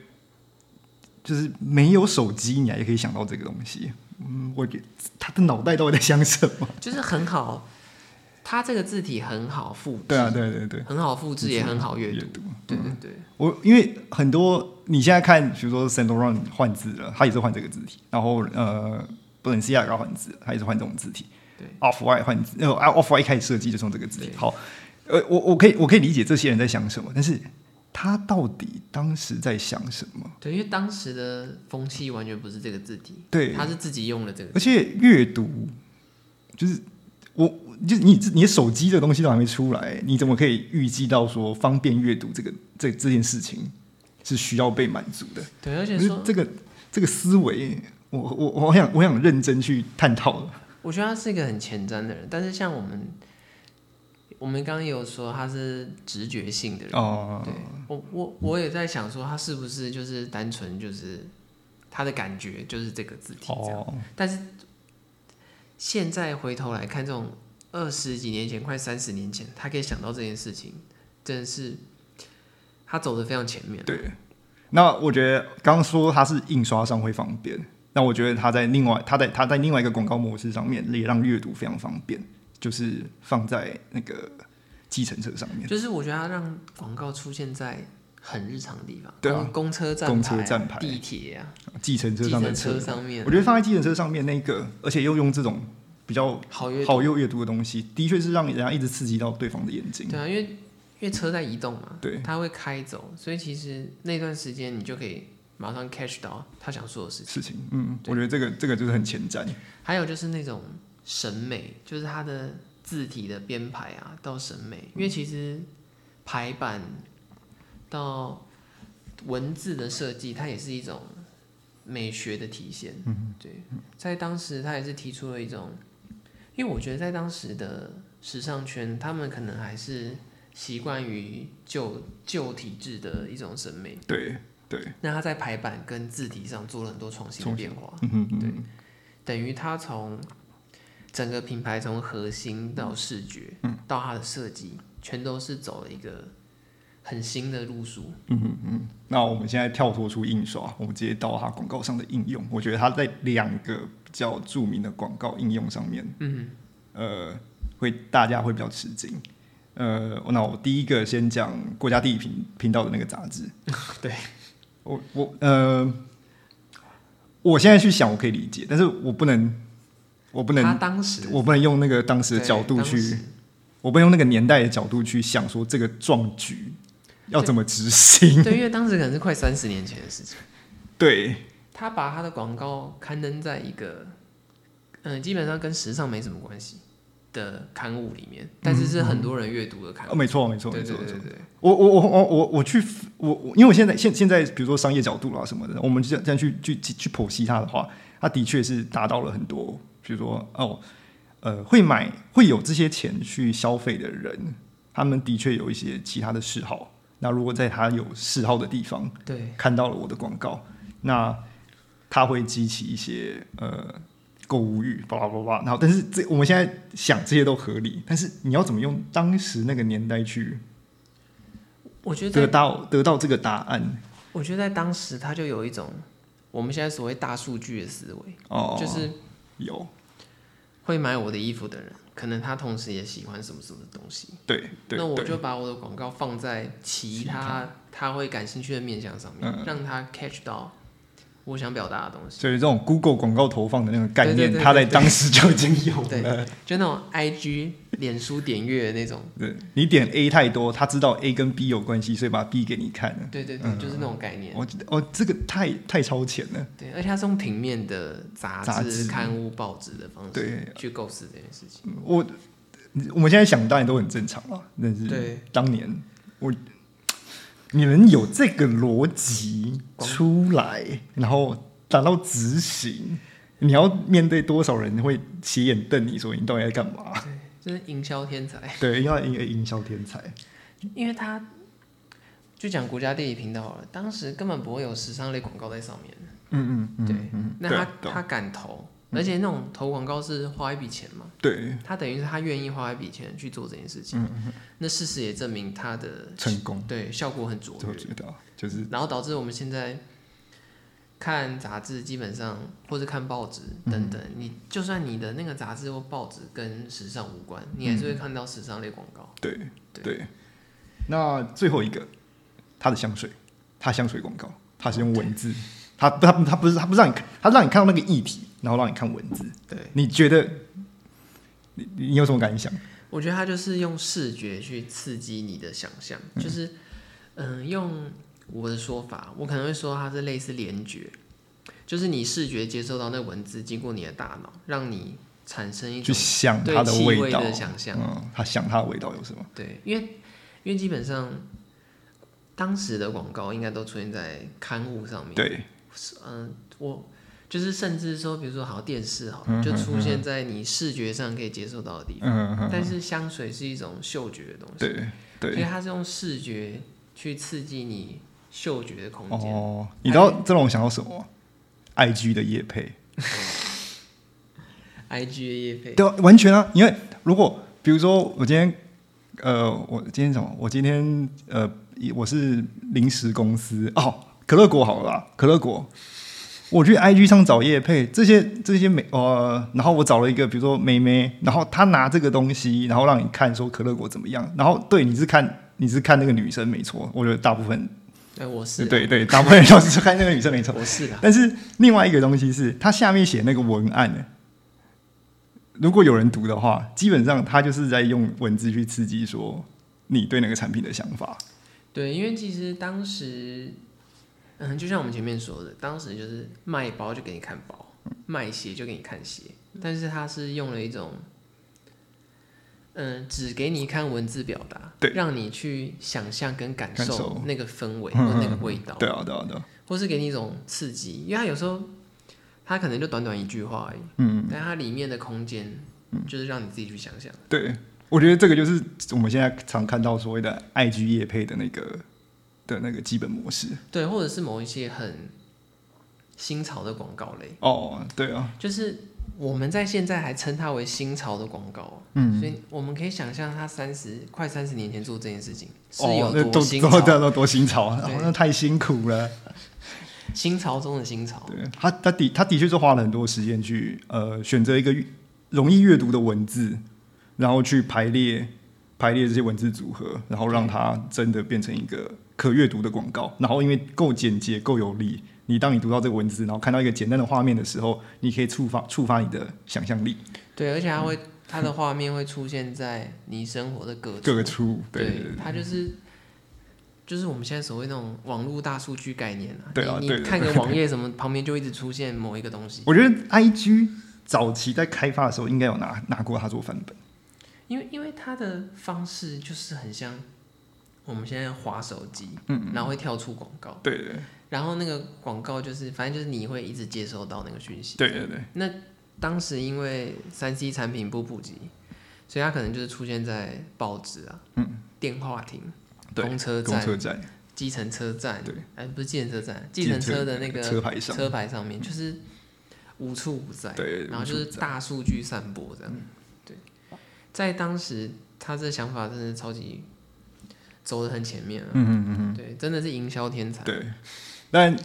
S1: 就是没有手机，你还可以想到这个东西。嗯，我觉得他的脑袋到底在想什么？
S2: 就是很好，它这个字体很好复制，
S1: 对啊，对对对，
S2: 很好复制也很好阅读，
S1: 读。
S2: 对对对。
S1: 我因为很多你现在看，比如说 Saint Laurent 换字了，他也是换这个字体，然后呃，布伦西亚也换字，他也是换这种字体。
S2: 对
S1: ，Off White 换字，呃，Off White 一开始设计就是用这个字体
S2: 对。
S1: 好，呃，我我可以我可以理解这些人在想什么，但是他到底当时在想什么？
S2: 对，因为当时的风气完全不是这个字体，
S1: 对，
S2: 他是自己用了这个
S1: 而且阅读就是我就是你你的手机的东西都还没出来，你怎么可以预计到说方便阅读这个这这件事情是需要被满足的？
S2: 对，而且
S1: 可是
S2: 说，
S1: 这个这个思维，我我我想我想认真去探讨了。
S2: 我觉得他是一个很前瞻的人，但是像我们，我们刚刚也有说他是直觉性的人，
S1: 哦
S2: 对我我我也在想说他是不是就是单纯就是他的感觉就是这个字体这样，
S1: 哦，
S2: 但是现在回头来看，这种二十几年前、快三十年前，他可以想到这件事情，真的是他走的非常前面，
S1: 对。那我觉得刚刚说它是印刷上会方便，那我觉得它在另外它在它在另外一个广告模式上面也让阅读非常方便，就是放在那个计程车上面，
S2: 就是我觉得它让广告出现在很日常的地方，
S1: 对啊
S2: 公公车站、
S1: 公车站牌
S2: 地铁啊、
S1: 计程车
S2: 计
S1: 上的
S2: 程车上面
S1: 我，觉得放在计程车上面那个，而且又用这种比较
S2: 好阅读
S1: 好又阅读的东西，的确是让人家一直刺激到对方的眼睛。
S2: 对啊，因为因为车在移动嘛，
S1: 对
S2: 它会开走，所以其实那段时间你就可以马上 catch 到他想说的事
S1: 事
S2: 情。
S1: 情，嗯，我觉得这个这个就是很前瞻。
S2: 还有就是那种审美，就是它的字体的编排啊，到审美，因为其实排版到文字的设计，它也是一种美学的体现。嗯，对，在当时他也是提出了一种，因为我觉得在当时的时尚圈，他们可能还是习惯于旧旧体制的一种审美，
S1: 对对，
S2: 那他在排版跟字体上做了很多创新的
S1: 创
S2: 变化。
S1: 嗯哼
S2: 对，等于它从整个品牌从核心到视觉，
S1: 嗯
S2: 到它的设计，全都是走了一个很新的路数。
S1: 那我们现在跳脱出印刷，我们直接到它广告上的应用。我觉得它在两个比较著名的广告应用上面，嗯，呃，会大家会比较吃惊。呃，那我第一个先讲国家地理频频道的那个杂志。
S2: 对，
S1: 我我呃，我现在去想我可以理解，但是我不能，我不
S2: 他
S1: 能，
S2: 当时
S1: 我不能用那个当时的
S2: 对
S1: 角度
S2: 当时
S1: 去，我不能用那个年代的角度去想说这个壮举要怎么执行。
S2: 对，因为当时可能是快三十年前的事情。
S1: 对哦
S2: 他把呃他的广告刊登在一个，嗯、基本上跟时尚没什么关系，的刊物里面，但是是很多人阅读的刊
S1: 哦，
S2: 物。
S1: 没错，没错，
S2: 对
S1: 没
S2: 对
S1: 错，没
S2: 对
S1: 错。
S2: 对，
S1: 我我我我我我去我我，因为我现在现现在比如说商业角度啊啦什么的，我们这样这样去去去去剖析它的话，它的确是达到了很多，比如说哦，呃，会买会有这些钱去消费的人，他们的确有一些其他的嗜好。那如果在他有嗜好的地方
S2: 对
S1: 看到了我的广告，那它会激起一些呃购物欲，巴拉巴拉巴拉。然后，但是这我们现在想这些都合理，但是你要怎么用当时那个年代去
S2: 我觉
S1: 得
S2: 得在，
S1: 到得到这个答案
S2: 我觉得在当时他就有一种我们现在所谓大数据的思维，
S1: 哦，
S2: 就是
S1: 有
S2: 会买我的衣服的人，可能他同时也喜欢什么什么东西，
S1: 对对，
S2: 那我
S1: 对
S2: 就把我的广告放在其
S1: 其
S2: 他他会感兴趣的面向上面，
S1: 嗯
S2: 让他 catch 到我想表达的东西。
S1: 所以这种 Google 广告投放的那个概
S2: 对对
S1: 念，
S2: 对
S1: 它在当时就已经有
S2: 对
S1: 了。，
S2: 就那种 IG、脸书点阅的那种，
S1: 对，你点 A 太多，他知道 A 跟 B 有关系，所以把 B 给你看了。
S2: 对对对，就是那种概念。
S1: 嗯我我这个太太超前了，
S2: 对，而且它是用平面的杂
S1: 杂
S2: 志、
S1: 志
S2: 刊物、报纸的方式
S1: 对
S2: 去构思这件事情。
S1: 嗯我我们现在想当然都很正常了，但是
S2: 对
S1: 当年我你们有这个逻辑出来，然后达到执行，你要面对多少人会斜眼瞪你说你到底在干嘛？
S2: 就是营销天才，
S1: 对，要一个营销天才，
S2: 因为他就讲国家地理频道好了，当时根本不会有时尚类广告在上面。
S1: 嗯嗯
S2: 对，那他
S1: 对嗯
S2: 他敢投，而且那种投广告是花一笔钱嘛，
S1: 对，
S2: 他等于是他愿意花一笔钱去做这件事情。那事实也证明他的
S1: 嗯成功，
S2: 对效果很卓
S1: 我
S2: 越，
S1: 觉得啊就是
S2: 然后导致我们现在看杂志，基本上或者看报纸
S1: 嗯
S2: 等等，你就算你的那个杂志或报纸跟时尚无关，你还
S1: 嗯
S2: 是会看到时尚类广告。
S1: 对
S2: 对
S1: 对。那最后一个，它的香水，它香水广告，它是用文
S2: 哦
S1: 字，它它它不是它不是让你看，它让你看到那个议题，然后让你看文字，
S2: 对，
S1: 你觉得你你有什么感想？
S2: 我觉得他就是用视觉去刺激你的想象，就是嗯、用我的说法，我可能会说它是类似联觉，就是你视觉接受到那文字经过你的大脑，让你产生一
S1: 去
S2: 种
S1: 想
S2: 对
S1: 它的
S2: 气味
S1: 道，
S2: 的想象。
S1: 嗯，它想它的味道有什么？
S2: 对，因为因为基本上当时的广告应该都出现在刊物上面。
S1: 对，
S2: 嗯、我就是甚至说，比如说好电视好
S1: 嗯
S2: 了，就出现在你视觉上可以接受到的地方。
S1: 嗯嗯
S2: 但是香水是一种嗅觉的东西，
S1: 对
S2: 所以
S1: 对。
S2: 它是用视觉去刺激你嗅觉的空间。
S1: 哦，你知道这让我想到什么？IG 的叶配。
S2: I G 的叶配，
S1: 对啊，完全啊，因为如果比如说我今天，呃，我今天什么？我今天呃，一我是临时公司哦，可乐果好了啦，可乐果，我去 IG 上找叶配，这些这些美呃，然后我找了一个比如说妹妹，然后她拿这个东西，然后让你看说可乐果怎么样，然后对你是看你是看那个女生没错，我觉得大部分
S2: 哎，我是啊
S1: 对对，大部分人都是看那个女生没错，
S2: 我是啊，
S1: 但是另外一个东西是，它下面写那个文案呢，如果有人读的话，基本上他就是在用文字去刺激说你对那个产品的想法。
S2: 对，因为其实当时，嗯，就像我们前面说的，当时就是卖包就给你看包，卖鞋就给你看鞋，但是它是用了一种，嗯，只给你看文字表达，
S1: 对
S2: 让你去想象跟感
S1: 感
S2: 受
S1: 受
S2: 那个氛围
S1: 嗯
S2: 或那个味道，
S1: 对啊，对啊，对啊，
S2: 或是给你一种刺激，因为它有时候它可能就短短一句话而已，
S1: 嗯，
S2: 但它里面的空间就是让你自己去想象，
S1: 对，我觉得这个就是我们现在常看到所谓的 IG 业配的那个的那个基本模式。
S2: 对，或者是某一些很新潮的广告类。
S1: 哦，对啊，
S2: 就是我们在现在还称它为新潮的广告，哦
S1: 嗯
S2: 所，以我们可以想象它三十快三十年前做这件事情是
S1: 哦，那
S2: 有
S1: 都
S2: 多新潮，
S1: 都都多新潮，啊
S2: 对！
S1: 那太辛苦了。
S2: 新潮中的新潮。
S1: 对他，他的他的确是花了很多时间去呃选择一个容易阅读的文字，然后去排列排列这些文字组合，然后让它真的变成一个可阅读的广告。然后因为够简洁、够有力，你当你读到这个文字，然后看到一个简单的画面的时候，你可以触发触发你的想象力，
S2: 对，而且它会它的画面会出现在你生活的各处
S1: 各个出对
S2: 对
S1: 对对
S2: 它就是。就是我们现在所谓那种网络大数据概念啊，
S1: 对啊
S2: 你
S1: 对
S2: 你
S1: 对
S2: 看个网页什么，旁边就一直出现某一个东西。
S1: 我觉得 I G 早期在开发的时候，应该有拿拿过它做范本，
S2: 因为因为它的方式就是很像我们现在滑手机，嗯，然后会跳出广告，
S1: 对对
S2: 然后那个广告就是反正就是你会一直接收到那个讯息。
S1: 对对对，
S2: 当时因为三 C 产品不普及，所以它可能就是出现在报纸啊、
S1: 嗯，
S2: 电话亭、
S1: 对
S2: 公车
S1: 公
S2: 站、
S1: 车站、
S2: 计程车站，
S1: 对，
S2: 哎，不是计程车站，计程车的那个
S1: 车牌上，
S2: 车牌上面，就是无处不在。
S1: 对，
S2: 然后就是大数据散播这样。
S1: 嗯
S2: 对，在当时他这想法真的是超级走的很前面啊。
S1: 嗯嗯嗯嗯，
S2: 对，真的是营销天才。
S1: 对，但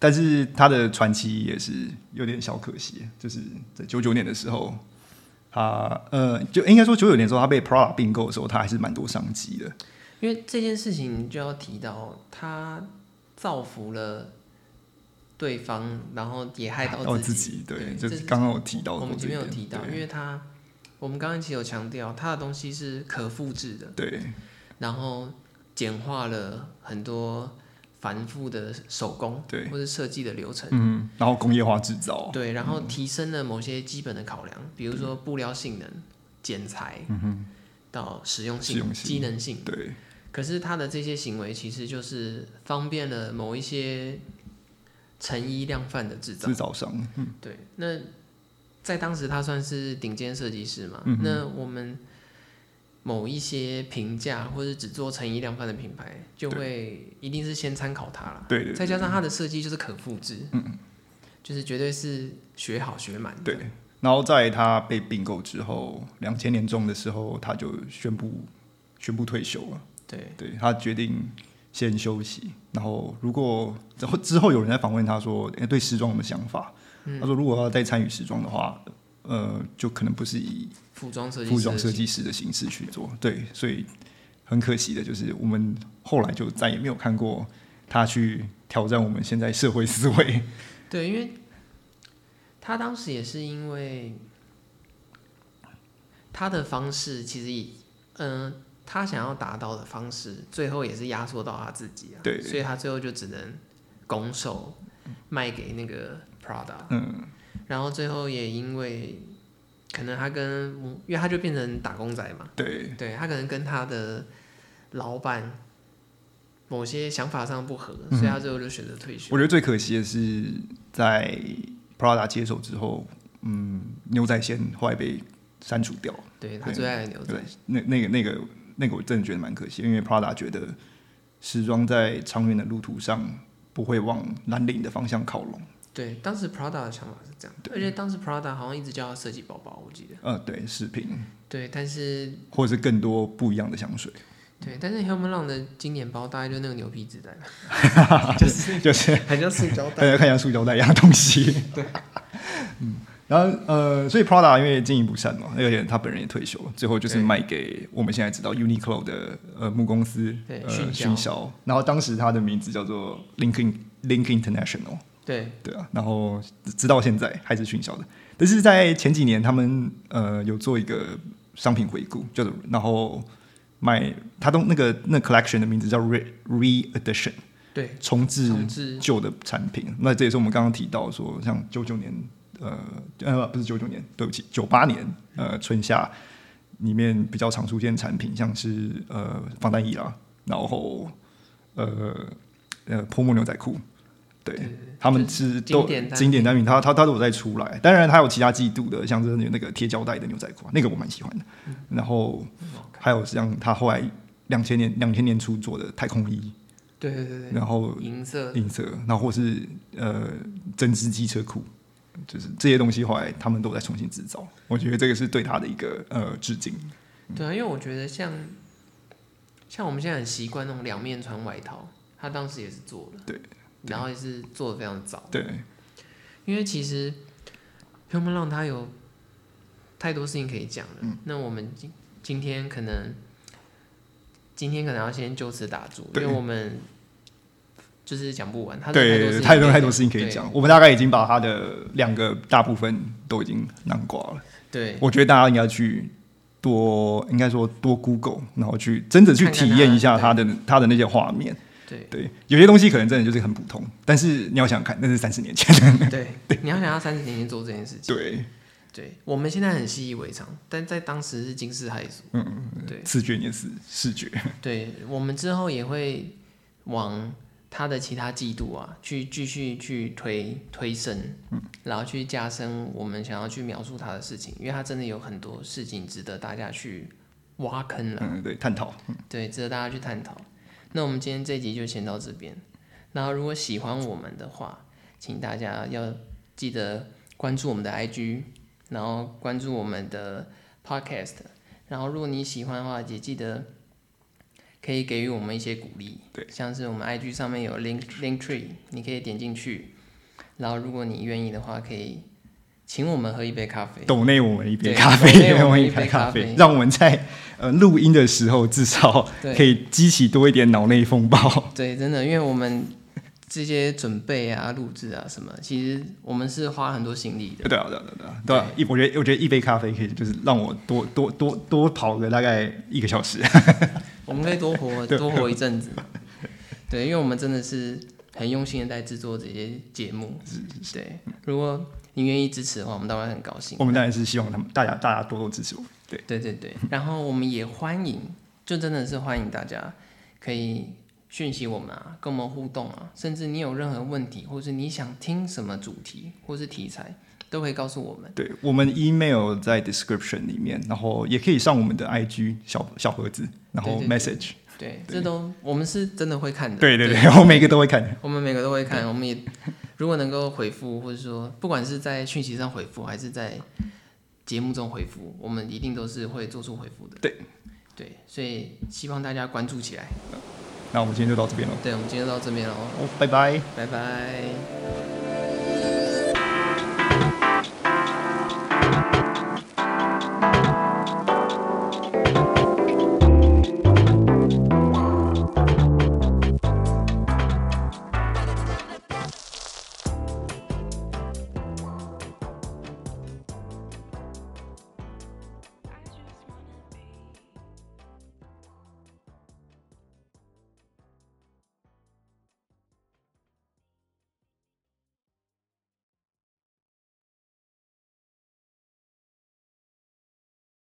S1: 但是他的传奇也是有点小可惜，就是在九九年的时候，他呃，就应该说九九年的时候，他被 Prada 并购的时候，他还是蛮多商机的。
S2: 因为这件事情就要提到他造福了对方，然后也害到
S1: 哦，自
S2: 己。
S1: 己
S2: 对
S1: 对，就
S2: 这
S1: 是是刚刚有提到
S2: 我
S1: 过
S2: 们
S1: 这
S2: 前
S1: 一
S2: 面有
S1: 点，
S2: 提到，因为他我们刚刚一起有强调，他的东西是可复制的，
S1: 对对
S2: 然后简化了很多繁复的手工
S1: 对
S2: 或是设计的流程。
S1: 嗯，然后工业化制造，
S2: 对，然后提升了某些基本的考量，比如说布料性能、剪裁，到实用
S1: 嗯实
S2: 性、
S1: 用性
S2: 机能性。
S1: 对
S2: 可是他的这些行为其实就是方便了某一些成衣量贩的制造
S1: 制。造商，
S2: 对，那在当时他算是顶尖设计师嘛？
S1: 嗯
S2: 那我们某一些评价或者只做成衣量贩的品牌，就会一定是先参考他啦。
S1: 对对嗯对
S2: 再加上他的设计就是可复制，嗯，就是绝对是学好学满。
S1: 对，然后在他被并购之后，两千年中的时候，他就宣布宣布退休了。
S2: 对，
S1: 对他决定先休息，然后如果之后之后有人在访问他说，诶对时装有什么想法？他说如果要再参与时装的话，呃，就可能不是以
S2: 服装设计师，
S1: 服装设计师的形式去做。对，所以很可惜的就是，我们后来就再也没有看过他去挑战我们现在社会思维。
S2: 对，因为他当时也是因为他的方式，其实也，嗯、他想要达到的方式，最后也是压缩到他自己啊。
S1: 对
S2: 所以他最后就只能拱手卖给那个 Prada，
S1: 嗯，
S2: 然后最后也因为可能他跟，因为他就变成打工仔嘛，
S1: 对，
S2: 对他可能跟他的老板某些想法上不合，所以他最后就选择退休。
S1: 嗯我觉得最可惜的是，在 Prada 接手之后，嗯，牛仔线后来被删除掉。
S2: 对他最爱的牛仔
S1: 对，那那个那个那个，我真的觉得蛮可惜，因为 Prada 觉得时装在长远的路途上不会往蓝领的方向靠拢。
S2: 对，当时 Prada 的想法是这样，而且当时 Prada 好像一直叫它设计宝宝，我记得。
S1: 呃，对，饰品
S2: 对，但是
S1: 或者是更多不一样的香水，
S2: 对，但是 Human Long 的经典包大概就那个牛皮纸袋 吧，
S1: 就是
S2: 很像塑胶
S1: 大
S2: 袋。
S1: 家看一下塑胶袋一样的东西。 对， 嗯，然后呃，所以 Prada 因为经营不善嘛，而且他本人也退休了，最后就是
S2: 对
S1: 卖给我们现在知道 Uniqlo 的呃母公司
S2: 对
S1: 呃
S2: 迅销
S1: 迅销，然后当时他的名字叫做 Linkin Link International。
S2: 对，
S1: 对啊，然后直直到现在还是迅销的。但是在前几年，他们呃有做一个商品回顾，叫做然后卖他都那个那 collection 的名字叫 re re edition，
S2: 对，
S1: 重置
S2: 重置
S1: 旧的产品。那这也是我们刚刚提到说，像九九年呃呃不是九九年，对不起，九八年
S2: 嗯
S1: 呃春夏里面比较常出现的产品，像是呃防弹衣啦，然后呃呃泼墨牛仔裤，对。
S2: 对对对
S1: 他们
S2: 就是经
S1: 都
S2: 典单
S1: 经典单品，他他他都有在出来。当然，他有其他季度的，像是那个贴胶带的牛仔裤，那个我蛮喜欢的。
S2: 嗯
S1: 然后还有像他后来两千年两千年初做的太空衣，
S2: 对对对对，
S1: 然后
S2: 银色
S1: 银色，然后或是呃针织机车裤，就是这些东西后来他们都有在重新制造。我觉得这个是对他的一个呃致敬。
S2: 对啊，因为我觉得像像我们现在很习惯那种两面穿外套，他当时也是做的，
S1: 对，
S2: 然后也是做的非常早，
S1: 对
S2: 因为其实 Human Long 它有太多事情可以讲了。那我们今今天可能今天可能要先就此打住，因
S1: 对
S2: 为我们就是讲不完，它真的
S1: 对，太
S2: 太多
S1: 多太多
S2: 事
S1: 事
S2: 情
S1: 情
S2: 可
S1: 可
S2: 以
S1: 以
S2: 讲
S1: 讲。我们大概已经把他的两个大部分都已经囊括了。
S2: 对。对
S1: 我觉得大家应该去多，应该说多 Google，然后去真的去体验一下它
S2: 看
S1: 的它的那些画面。
S2: 对
S1: 对，有些东西可能真的就是很普通，但是你要想看，那是三十年前。
S2: 对，你要想要三十年前做这件事情，
S1: 对
S2: 对，我们现在很习以为常，但在当时是惊世骇俗。
S1: 嗯，
S2: 对
S1: 视觉也是视觉，
S2: 对我们之后也会往它的其他季度啊，去继续去推推升，
S1: 嗯
S2: 然后去加深我们想要去描述它的事情，因为它真的有很多事情值得大家去挖坑了，
S1: 嗯，对，探讨，
S2: 对，值得大家去探讨。那我们今天这集就先到这边，然后如果喜欢我们的话，请大家要记得关注我们的 IG，然后关注我们的 Podcast，然后如果你喜欢的话，也记得可以给予我们一些鼓励，
S1: 对，
S2: 像是我们 IG 上面有 Link Link Tree，你可以点进去，然后如果你愿意的话，可以请我们喝一杯咖啡，
S1: 抖内我们一杯
S2: 对
S1: 咖
S2: 抖
S1: 啡，
S2: 内
S1: 我
S2: 我
S1: 们
S2: 们
S1: 一
S2: 一
S1: 杯
S2: 杯
S1: 咖
S2: 咖
S1: 啡
S2: 啡，
S1: 让我们在呃录音的时候至少
S2: 对
S1: 可以激起多一点脑内风 暴。
S2: 对，真的，因为我们这些准备啊、录制啊什么，其实我们是花很多心力的。
S1: 对啊，对啊，对啊，对啊！一我觉得，我觉得一杯咖啡可以，就是让我多多多多跑个大概一个小时。
S2: 我们可以多活
S1: 对
S2: 多活一阵子，对，因为我们真的是很用心的在制作这些节目。对，如果你愿意支持的话，我们当然很高兴
S1: 我。们当然是希望他们大家大家多多支持我们。对，
S2: 对对对，然后我们也欢迎，就真的是欢迎大家可以讯息我们啊，跟我们互动啊，甚至你有任何问题，或是你想听什么主题或是题材，都可以告诉我们。
S1: 对我们 email 在 description 里面，然后也可以上我们的 IG 小小盒子，然后
S2: 对对嗯对
S1: message。
S2: 对，
S1: 对
S2: 这都我们是真的会看的。
S1: 对对对，我每个都会看。
S2: 我们每个都会看，我们也如果能够回复，或者说不管是在讯息上回复，还是在节目中回复，我们一定都是会做出回复的。
S1: 对
S2: 对，所以希望大家关注起来。
S1: 那我们今天就到这边了，
S2: 对，我们今天就到这边喽，
S1: 哦，拜拜。
S2: 拜拜。